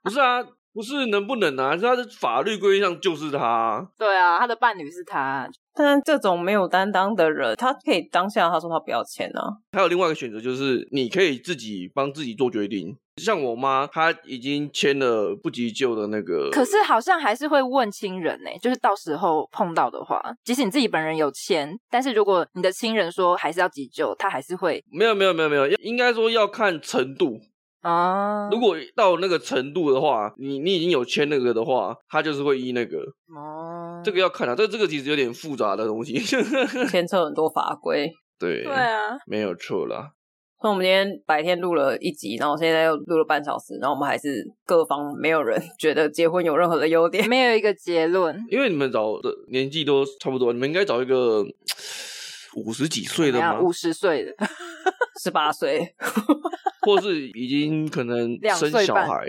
Speaker 2: 不是啊，不是能不能啊，是他的法律规定上就是他啊。
Speaker 1: 对啊，他的伴侣是他，
Speaker 3: 但这种没有担当的人，他可以当下他说他不要签 啊。
Speaker 2: 还有另外一个选择就是，你可以自己帮自己做决定。像我妈，她已经签了不急救的那个，
Speaker 1: 可是好像还是会问亲人呢、就是到时候碰到的话，即使你自己本人有签，但是如果你的亲人说还是要急救，他还是会
Speaker 2: 没有没有没有没有，应该说要看程度。
Speaker 1: 啊。
Speaker 2: 如果到那个程度的话，你你已经有签那个的话，她就是会依那个。
Speaker 1: 哦
Speaker 2: 这个要看啊，这这个其实有点复杂的东西。
Speaker 3: 牵扯很多法规。
Speaker 2: 对，
Speaker 1: 对啊，
Speaker 2: 没有错啦。
Speaker 3: 那我们今天白天录了一集，然后现在又录了半小时，然后我们还是各方没有人觉得结婚有任何的优点。
Speaker 1: 没有一个结论。
Speaker 2: 因为你们找的年纪都差不多，你们应该找一个五十几岁的吗？
Speaker 1: 五十岁 的，
Speaker 3: 十八岁，
Speaker 2: 或是已经可能
Speaker 1: 两岁
Speaker 2: 生小
Speaker 1: 半
Speaker 2: 孩？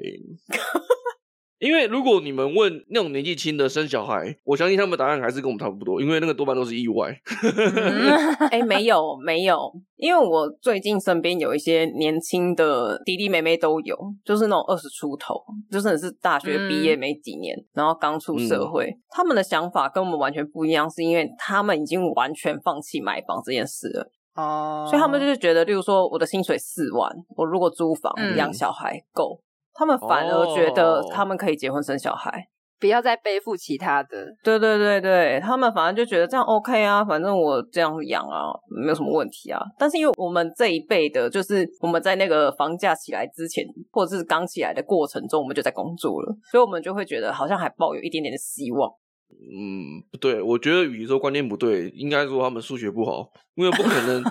Speaker 2: 因为如果你们问那种年纪轻的生小孩，我相信他们答案还是跟我们差不多，因为那个多半都是意外。
Speaker 1: 嗯
Speaker 3: 哎、没有没有，因为我最近身边有一些年轻的弟弟妹妹都有，就是那种二十出头，就真的是大学毕业
Speaker 1: 嗯
Speaker 3: 没几年，然后刚出社会，他们的想法跟我们完全不一样，是因为他们已经完全放弃买房这件事了，
Speaker 1: 哦
Speaker 3: 所以他们就是觉得，例如说我的薪水四万，我如果租房
Speaker 1: 嗯
Speaker 3: 养小孩够，他们反而觉得
Speaker 2: 哦
Speaker 3: 他们可以结婚生小孩。
Speaker 1: 不要再背负其他的。
Speaker 3: 对对对对，他们反正就觉得这样 OK 啊，反正我这样养啊，没有什么问题啊。但是因为我们这一辈的，就是我们在那个房价起来之前，或者是刚起来的过程中，我们就在工作了，所以我们就会觉得好像还抱有一点点的希望。
Speaker 2: 嗯，不对，我觉得与其说观念不对，应该说他们数学不好，因为不可能，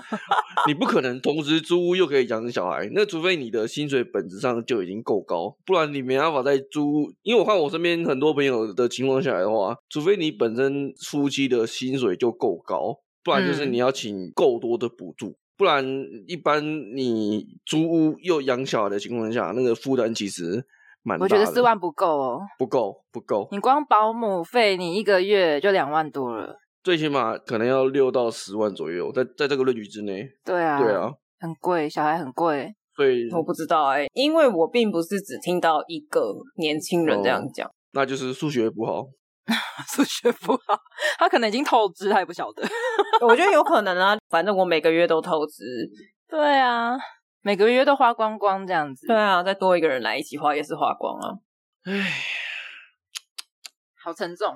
Speaker 2: 你不可能同时租屋又可以养小孩，那除非你的薪水本质上就已经够高，不然你没办法在租屋。因为我看我身边很多朋友的情况下来的话，除非你本身夫妻的薪水就够高，不然就是
Speaker 1: 嗯
Speaker 2: 你要请够多的补助。不然，一般你租屋又养小孩的情况下，那个负担其实蛮大
Speaker 1: 我
Speaker 2: 的。
Speaker 1: 觉得四万不够哦，
Speaker 2: 不够，不够。
Speaker 1: 你光保姆费你一个月就两万多了。
Speaker 2: 最起码可能要六到十万左右，在在这个论据之内。
Speaker 1: 对啊，
Speaker 2: 对，啊，
Speaker 1: 很贵，小孩很贵。
Speaker 2: 所以
Speaker 3: 我不知道哎、因为我并不是只听到一个年轻人这样讲。
Speaker 2: 那就是数学不好。
Speaker 1: 数学不好，他可能已经透支，他也不晓得。
Speaker 3: 我觉得有可能啊，反正我每个月都透支。
Speaker 1: 对啊，每个月都花光光这样子。
Speaker 3: 对啊，再多一个人来一起花也是花光啊。
Speaker 2: 唉，
Speaker 1: 好沉重，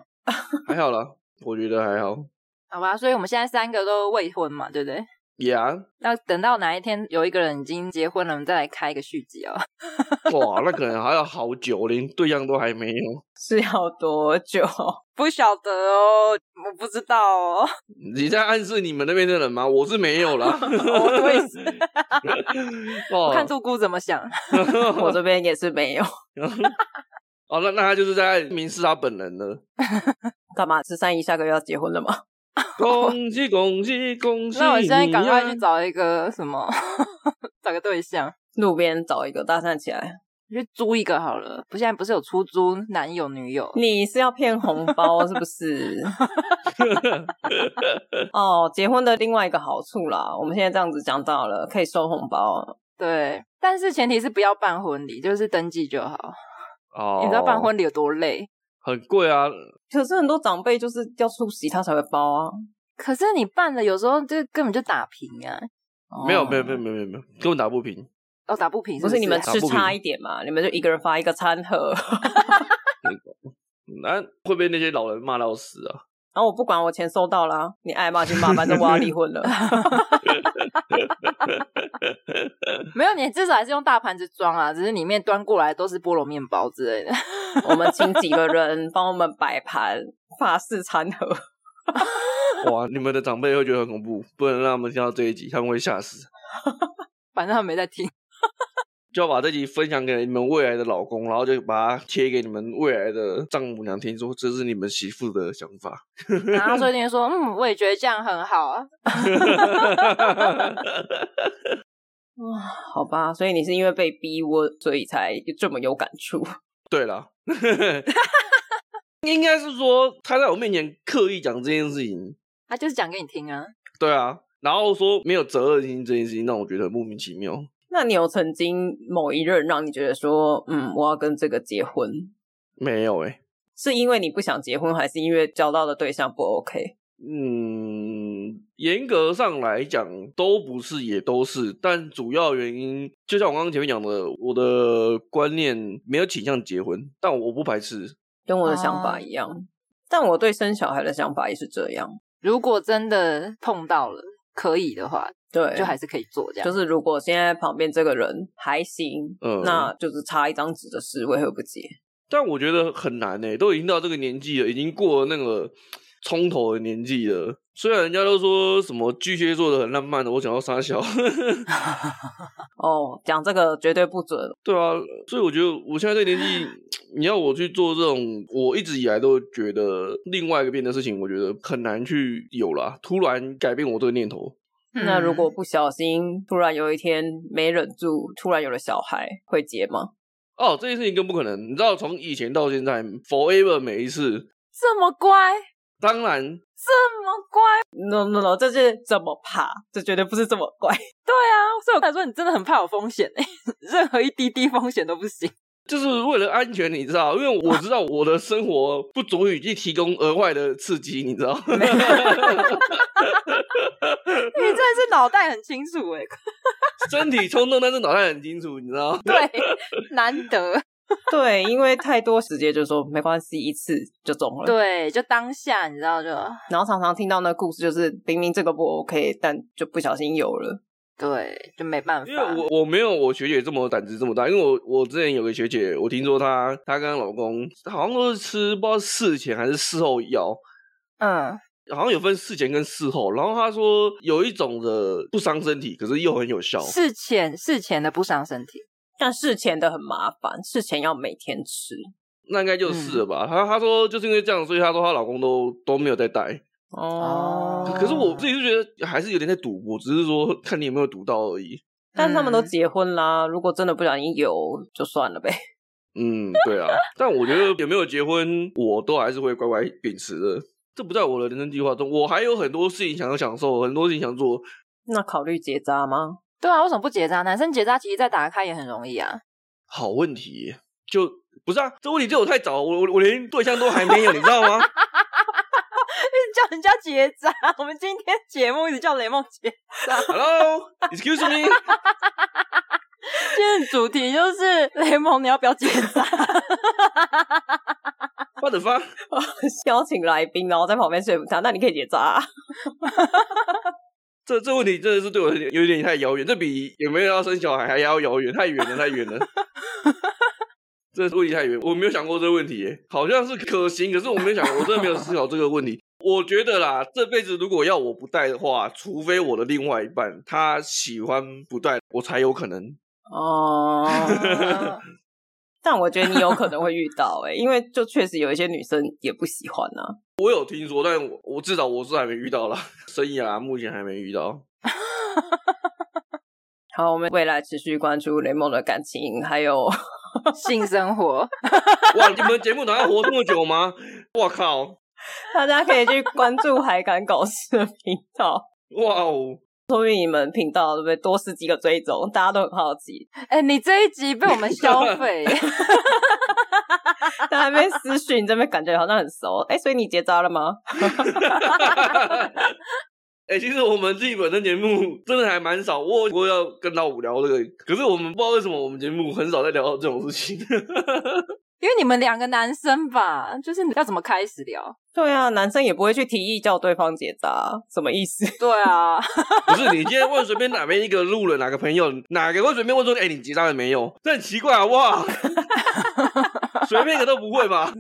Speaker 2: 还好啦，我觉得还好。
Speaker 1: 好吧？所以我们现在三个都未婚嘛，对不对？
Speaker 2: 呀、
Speaker 1: 那等到哪一天有一个人已经结婚了，我们再来开一个续集哦。
Speaker 2: 哇，那可能还要好久，连对象都还没有。
Speaker 3: 是要多久？
Speaker 1: 不晓得哦，我不知道哦。
Speaker 2: 你在暗示你们那边的人吗？我是没有 啦。
Speaker 1: 我对死，
Speaker 2: 哦，
Speaker 1: 看杜姑怎么想。
Speaker 3: 我这边也是没有。
Speaker 2: 哦，那那他就是在明示他本 人了。
Speaker 3: 干嘛？十三姨下个月要结婚了吗？
Speaker 2: 恭喜恭喜恭喜！
Speaker 1: 哦那我现在赶快
Speaker 2: 你
Speaker 1: 去
Speaker 2: 呀
Speaker 1: 找一个什么， 找个对象，
Speaker 3: 路边找一个搭讪起来。
Speaker 1: 去租一个好了。不，现在不是有出租男友女友？
Speaker 2: 嗯
Speaker 3: 你是要骗红包是不是？ 哦，结婚的另外一个好处啦，我们现在这样子讲到了，可以收红包。
Speaker 1: 对，但是前提是不要办婚礼，就是登记就好。
Speaker 2: 哦，
Speaker 1: 你知道办婚礼有多累？
Speaker 2: 很贵啊，
Speaker 3: 可是很多长辈就是要出席他才会包啊。
Speaker 1: 可是你办的有时候就根本就打平啊，
Speaker 2: 没有
Speaker 3: 哦
Speaker 2: 没有没有没有没有没有，根本打不平。
Speaker 1: 哦，打不平
Speaker 3: 不
Speaker 1: 是
Speaker 3: 是你们
Speaker 1: 啊
Speaker 2: 打
Speaker 3: 吃
Speaker 2: 不平
Speaker 3: 差一点嘛？你们就一个人发一个餐盒，
Speaker 2: 那、会被那些老人骂到死啊！
Speaker 3: 然后我不管，我钱收到啦，你爱骂就骂，反正我要离 婚了。
Speaker 1: 没有，你至少还是用大盘子装啊，只是里面端过来都是菠萝面包之类的。
Speaker 3: 我们请几个人帮我们摆盘法式餐盒，
Speaker 2: 哇，你们的长辈会觉得很恐怖，不能让他们听到这一集，他们会吓死。
Speaker 1: 反正他没在听，
Speaker 2: 就要把这集分享给你们未来的老公，然后就把它贴给你们未来的丈母娘听，说这是你们媳妇的想法。
Speaker 1: 然后说一定说，嗯，我也觉得这样很好啊。
Speaker 3: 好吧？所以你是因为被逼我，所以才这么有感触。
Speaker 2: 对啦， 应该是说他在我面前刻意讲这件事情，
Speaker 1: 他就是讲给你听啊，
Speaker 2: 对啊，然后说没有责任心这件事情，让我觉得很莫名其妙。
Speaker 3: 那你有曾经某一任让你觉得说，嗯，我要跟这个结婚，
Speaker 2: 没有诶、欸
Speaker 3: 是因为你不想结婚，还是因为交到的对象不 OK？
Speaker 2: 嗯，严格上来讲都不是，也都是，但主要原因就像我刚刚前面讲的，我的观念没有倾向结婚，但我不排斥。
Speaker 3: 跟我的想
Speaker 1: 啊
Speaker 3: 法一样。但我对生小孩的想法也是这样，
Speaker 1: 如果真的碰到了可以的话，
Speaker 3: 对，
Speaker 1: 就还是可以做这样。
Speaker 3: 就是如果现在旁边这个人还行，
Speaker 2: 嗯
Speaker 3: 那就是差一张纸的事，为何不结？
Speaker 2: 但我觉得很难呢、都已经到这个年纪了，已经过了那个冲头的年纪了。虽然人家都说什么巨蟹座的很浪漫的，我想要傻小，
Speaker 3: 哦，讲这个绝对不准。
Speaker 2: 对啊，所以我觉得我现在这个年纪，你要我去做这种我一直以来都觉得另外一个变的事情，我觉得很难去有啦。突然改变我这个念头，
Speaker 1: 嗯
Speaker 3: 那如果不小心，突然有一天没忍住，突然有了小孩，会结吗？
Speaker 2: 哦，这件事情更不可能。你知道，从以前到现在，forever 每一次，
Speaker 1: 这么乖，
Speaker 2: 当然
Speaker 1: 这么乖，
Speaker 3: no no no，这是怎么怕？这绝对不是这么怪。
Speaker 1: 对啊，所以我才说你真的很怕有风险、欸， 任何一滴滴风险都不行。
Speaker 2: 就是为了安全，你知道，因为我知道我的生活不足以去提供额外的刺激，你知道。
Speaker 1: 你真的是脑袋很清楚哎、
Speaker 2: 身体冲动，但是脑袋很清楚，你知道。
Speaker 1: 对，难得，
Speaker 3: 对，因为太多时间就说没关系，一次就中了。，
Speaker 1: 对，就当下你知道就
Speaker 3: 然后常常听到那故事，就是明明这个不 OK，但就不小心有了。
Speaker 1: 对，就没办法。
Speaker 2: 因为我我没有我学姐这么胆子这么大，因为我我之前有个学姐，我听说她她跟她老公好像都是吃不知道事前还是事后药，
Speaker 1: 嗯，
Speaker 2: 好像有分事前跟事后。然后她说有一种的不伤身体，可是又很有效。
Speaker 1: 事前事前的不伤身体，
Speaker 3: 但事前的很麻烦，事前要每天吃。
Speaker 2: 那应该就是了吧？她她说就是因为这样，所以她说她老公都都没有在带。
Speaker 1: 哦
Speaker 2: 可可是我自己就觉得还是有点在赌博，只是说看你有没有赌到而已。
Speaker 3: 但是他们都
Speaker 1: 嗯
Speaker 3: 结婚啦，如果真的不小心有，就算了呗。
Speaker 2: 嗯，对啊，但我觉得有没有结婚，我都还是会乖乖秉持的。这不在我的人生计划中，我还有很多事情想要享受，很多事情想做。
Speaker 3: 那考虑结扎吗？
Speaker 1: 对啊，为什么不结扎？男生结扎其实再打开也很容易啊。
Speaker 2: 好问题耶，就不是啊，这问题对我太早，我我我连对象都还没有，你知道吗？
Speaker 1: 叫人家结扎，我们今天节目一直叫雷梦结扎。
Speaker 2: Hello，excuse me，
Speaker 1: 今天的主题就是 雷蒙，你要不要结扎？
Speaker 2: 我的发，
Speaker 3: 邀请来宾，然后在旁边说服他，那你可以结扎、啊。
Speaker 2: 这这问题真的是对我有点太遥远，这比有没有要生小孩还要遥远，太远了，太远了。这问题太远，我没有想过这个问题耶，好像是可行，可是我没有想过，我真的没有思考这个问题。我觉得啦，这辈子如果要我不带的话，除非我的另外一半他喜欢不带，我才有可能。
Speaker 3: 哦，但我觉得你有可能会遇到哎、因为就确实有一些女生也不喜欢啊。
Speaker 2: 我有听说，但我我至少我是还没遇到啦，生涯啊目前还没遇到。
Speaker 3: 好，我们未来持续关注雷蒙的感情，还有
Speaker 1: 性生活，
Speaker 2: 哇，你们节目能活这么久吗？我靠！
Speaker 3: 大家可以去关注海敢搞事的频道，
Speaker 2: 哇哦！
Speaker 3: 说明你们频道对不对多十几个追踪，大家都很好奇，
Speaker 1: 哎、你这一集被我们消费，
Speaker 3: 但还没私讯，这边感觉好像很熟。哎、所以你结扎了吗？
Speaker 2: 哎、其实我们自己本身节目 真的还蛮少，我我要跟老五聊这个，可是我们不知道为什么我们节目很少在聊这种事情。
Speaker 1: 因为你们两个男生吧，就是要怎么开始聊？
Speaker 3: 对啊，男生也不会去提议叫对方结扎，什么意思？
Speaker 1: 对啊，
Speaker 2: 不是，你今天问随便哪边一个路人、哪个朋友、哪个会随便问说，哎、你结扎了没有？这很奇怪好不好？ 随便一个都不会吧？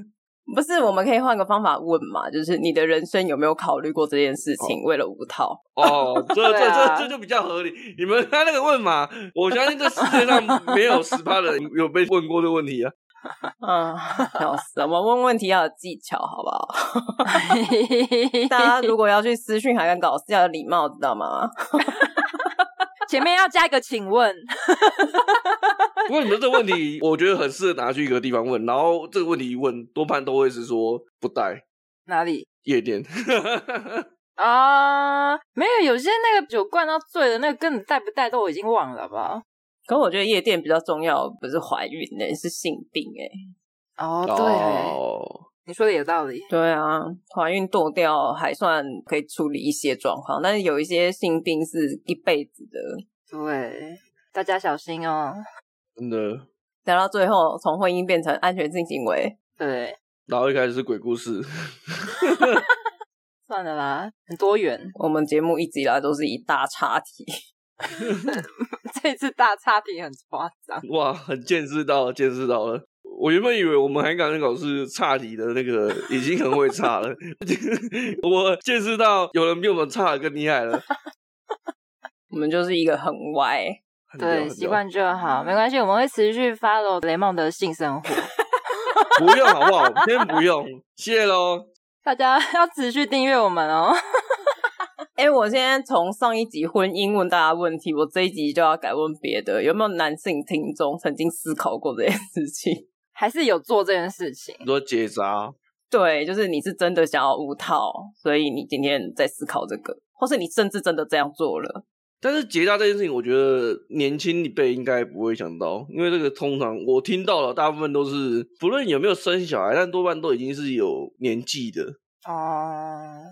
Speaker 3: 不是，我们可以换个方法问嘛，就是你的人生有没有考虑过这件事情？为了五套，
Speaker 2: 哦，这这
Speaker 1: 对啊
Speaker 2: 这这就比较合理。你们他那个问嘛，我相信这世界上没有十八人有被问过这个问题啊。
Speaker 3: 嗯，笑死了！我们问问题要有技巧，好不好？ 大家如果要去私讯海敢搞事，要有礼貌，知道吗？
Speaker 1: 前面要加一个请问，
Speaker 2: 不过你们这个问题，我觉得很适合拿去一个地方问，然后这个问题一问，多半都会是说不带
Speaker 1: 哪里？
Speaker 2: 夜店。
Speaker 1: 啊、没有，有些那个酒灌到醉的那个，根本带不带都我已经忘了吧。
Speaker 3: 可我觉得夜店比较重要，不是怀孕呢、是性病哎、
Speaker 1: 哦，对，
Speaker 2: 哦，
Speaker 1: 你说的有道理。
Speaker 3: 对啊，怀孕剁掉还算可以处理一些状况，但是有一些性病是一辈子的，
Speaker 1: 对，大家小心哦。
Speaker 2: 真的。
Speaker 3: 聊到最后从婚姻变成安全性行为。
Speaker 1: 对，
Speaker 2: 然后一开始是鬼故事，
Speaker 1: 算了啦，很多元。
Speaker 3: 我们节目一直以来都是一大岔题，
Speaker 1: 这次大差题很夸张。
Speaker 2: 哇，很见识到了，见识到了。我原本以为我们韩港人搞是差题的那个，已经很会差了。 我见识到有人比我们差的更厉害了，
Speaker 3: 我们就是一个很歪。
Speaker 2: 很屌
Speaker 1: 对，
Speaker 2: 很屌
Speaker 1: 习惯就好，没关系，我们会持续 follow 雷梦的性生活。
Speaker 2: 不用好不好？先不用，谢喽。
Speaker 1: 大家 要持续订阅我们哦。
Speaker 3: 哎、我现在从上一集婚姻问大家问题，我这一集就要改问别的，有没有男性听众曾经思考过这件事情？
Speaker 1: 还是有做这件事情，
Speaker 2: 你说结扎，
Speaker 3: 对，就是你是真的想要无套，所以你今天在思考这个，或是你甚至真的这样做了。
Speaker 2: 但是结扎这件事情，我觉得年轻一辈应该不会想到，因为这个通常我听到了，大部分都是不论有没有生小孩，但多半都已经是有年纪的。
Speaker 1: 哦，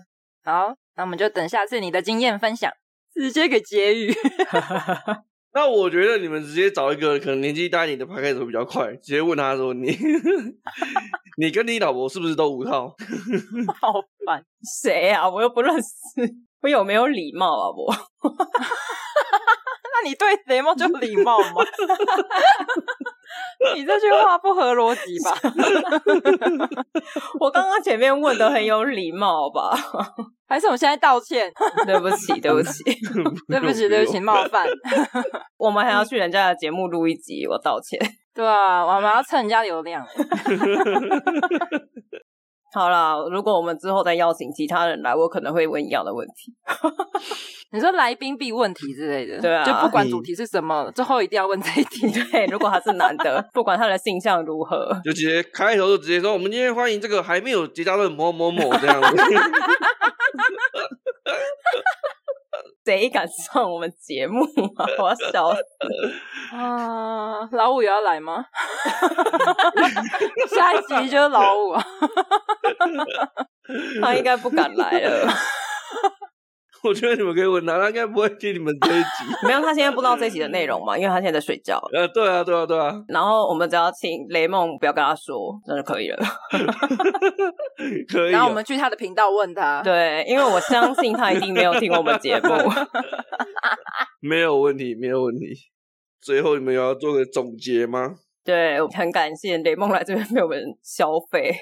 Speaker 1: 好，那我们就等下次你的经验分享，直接给结语。
Speaker 2: 那我觉得你们直接找一个可能年纪大一点的拍开手比较快，直接问他说你 你跟你老婆是不是都五套？
Speaker 1: 好烦，
Speaker 3: 谁啊？我又不认识，我有没有礼貌啊？我
Speaker 1: 你对雷蒙就礼貌 吗？你这句话不合逻辑吧？
Speaker 3: 我刚刚前面问的很有礼貌吧？
Speaker 1: 还是我们现在道歉？
Speaker 3: 对不起，对不起，
Speaker 1: 对不起，对不起，冒犯。
Speaker 3: 我们还要去人家的节目录一集，我道歉。
Speaker 1: 对啊，我们要蹭人家流量。
Speaker 3: 好啦，如果我们之后再邀请其他人来，我可能会问一样的问题。
Speaker 1: 你说来宾必问题之类的，
Speaker 3: 对啊
Speaker 1: 就不管主题是什么，最后一定要问这一 题。
Speaker 3: 对，如果他是男的，不管他的性向如何，
Speaker 2: 就直接开头就直接说，我们今天欢迎这个还没有结扎的某某某这样子。
Speaker 3: 谁敢上我们节目啊？ 我要笑死！
Speaker 1: 啊，老五也要来吗？下一集就是老五啊，
Speaker 3: 他应该不敢来了。
Speaker 2: 我觉得你们可以问他，他应该不会听你们这一集。
Speaker 3: 没有，他现在不知道这集的内容嘛，因为他现在在睡觉。
Speaker 2: 呃，对啊，对啊，对啊，
Speaker 3: 然后我们只要请雷梦不要跟他说，那就可以了。
Speaker 2: 可以啊。
Speaker 1: 然后我们去他的频道问他。
Speaker 3: 对，因为我相信他一定没有听我们节目。
Speaker 2: 没有问题，没有问题。最后你们有要做个总结吗？
Speaker 3: 对，我很感谢雷梦来这边被我们消费。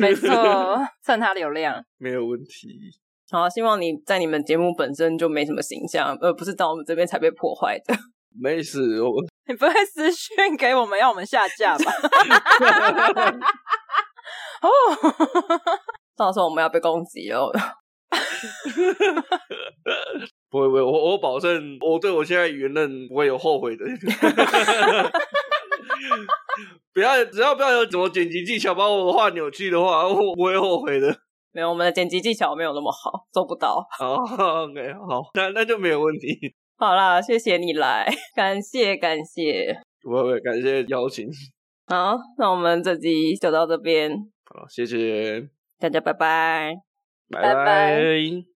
Speaker 1: 没错，蹭他流量。
Speaker 2: 没有问题。
Speaker 3: 好，希望你在你们节目本身就没什么形象，而不是到我们这边才被破坏的。
Speaker 2: 没事，我
Speaker 1: 你不会私讯给我们要我们下架吧？ 哦，
Speaker 3: 到时候我们要被攻击哦。
Speaker 2: 不会不会，我我保证，我对我现在原任不会有后悔的。 不要，只要不要有什么剪辑技巧把我的话扭曲的话，我不会后悔的。
Speaker 3: 没有，我们的剪辑技巧没有那么好，做不到。
Speaker 2: 好，OK，好，那那就没有问题。
Speaker 3: 好啦，谢谢你来， 感谢感谢。
Speaker 2: 不会不会，感谢邀请。
Speaker 3: 好，那我们这集就到这边，
Speaker 2: 好，谢谢，
Speaker 3: 大家拜拜。
Speaker 2: 拜
Speaker 1: 拜
Speaker 2: 拜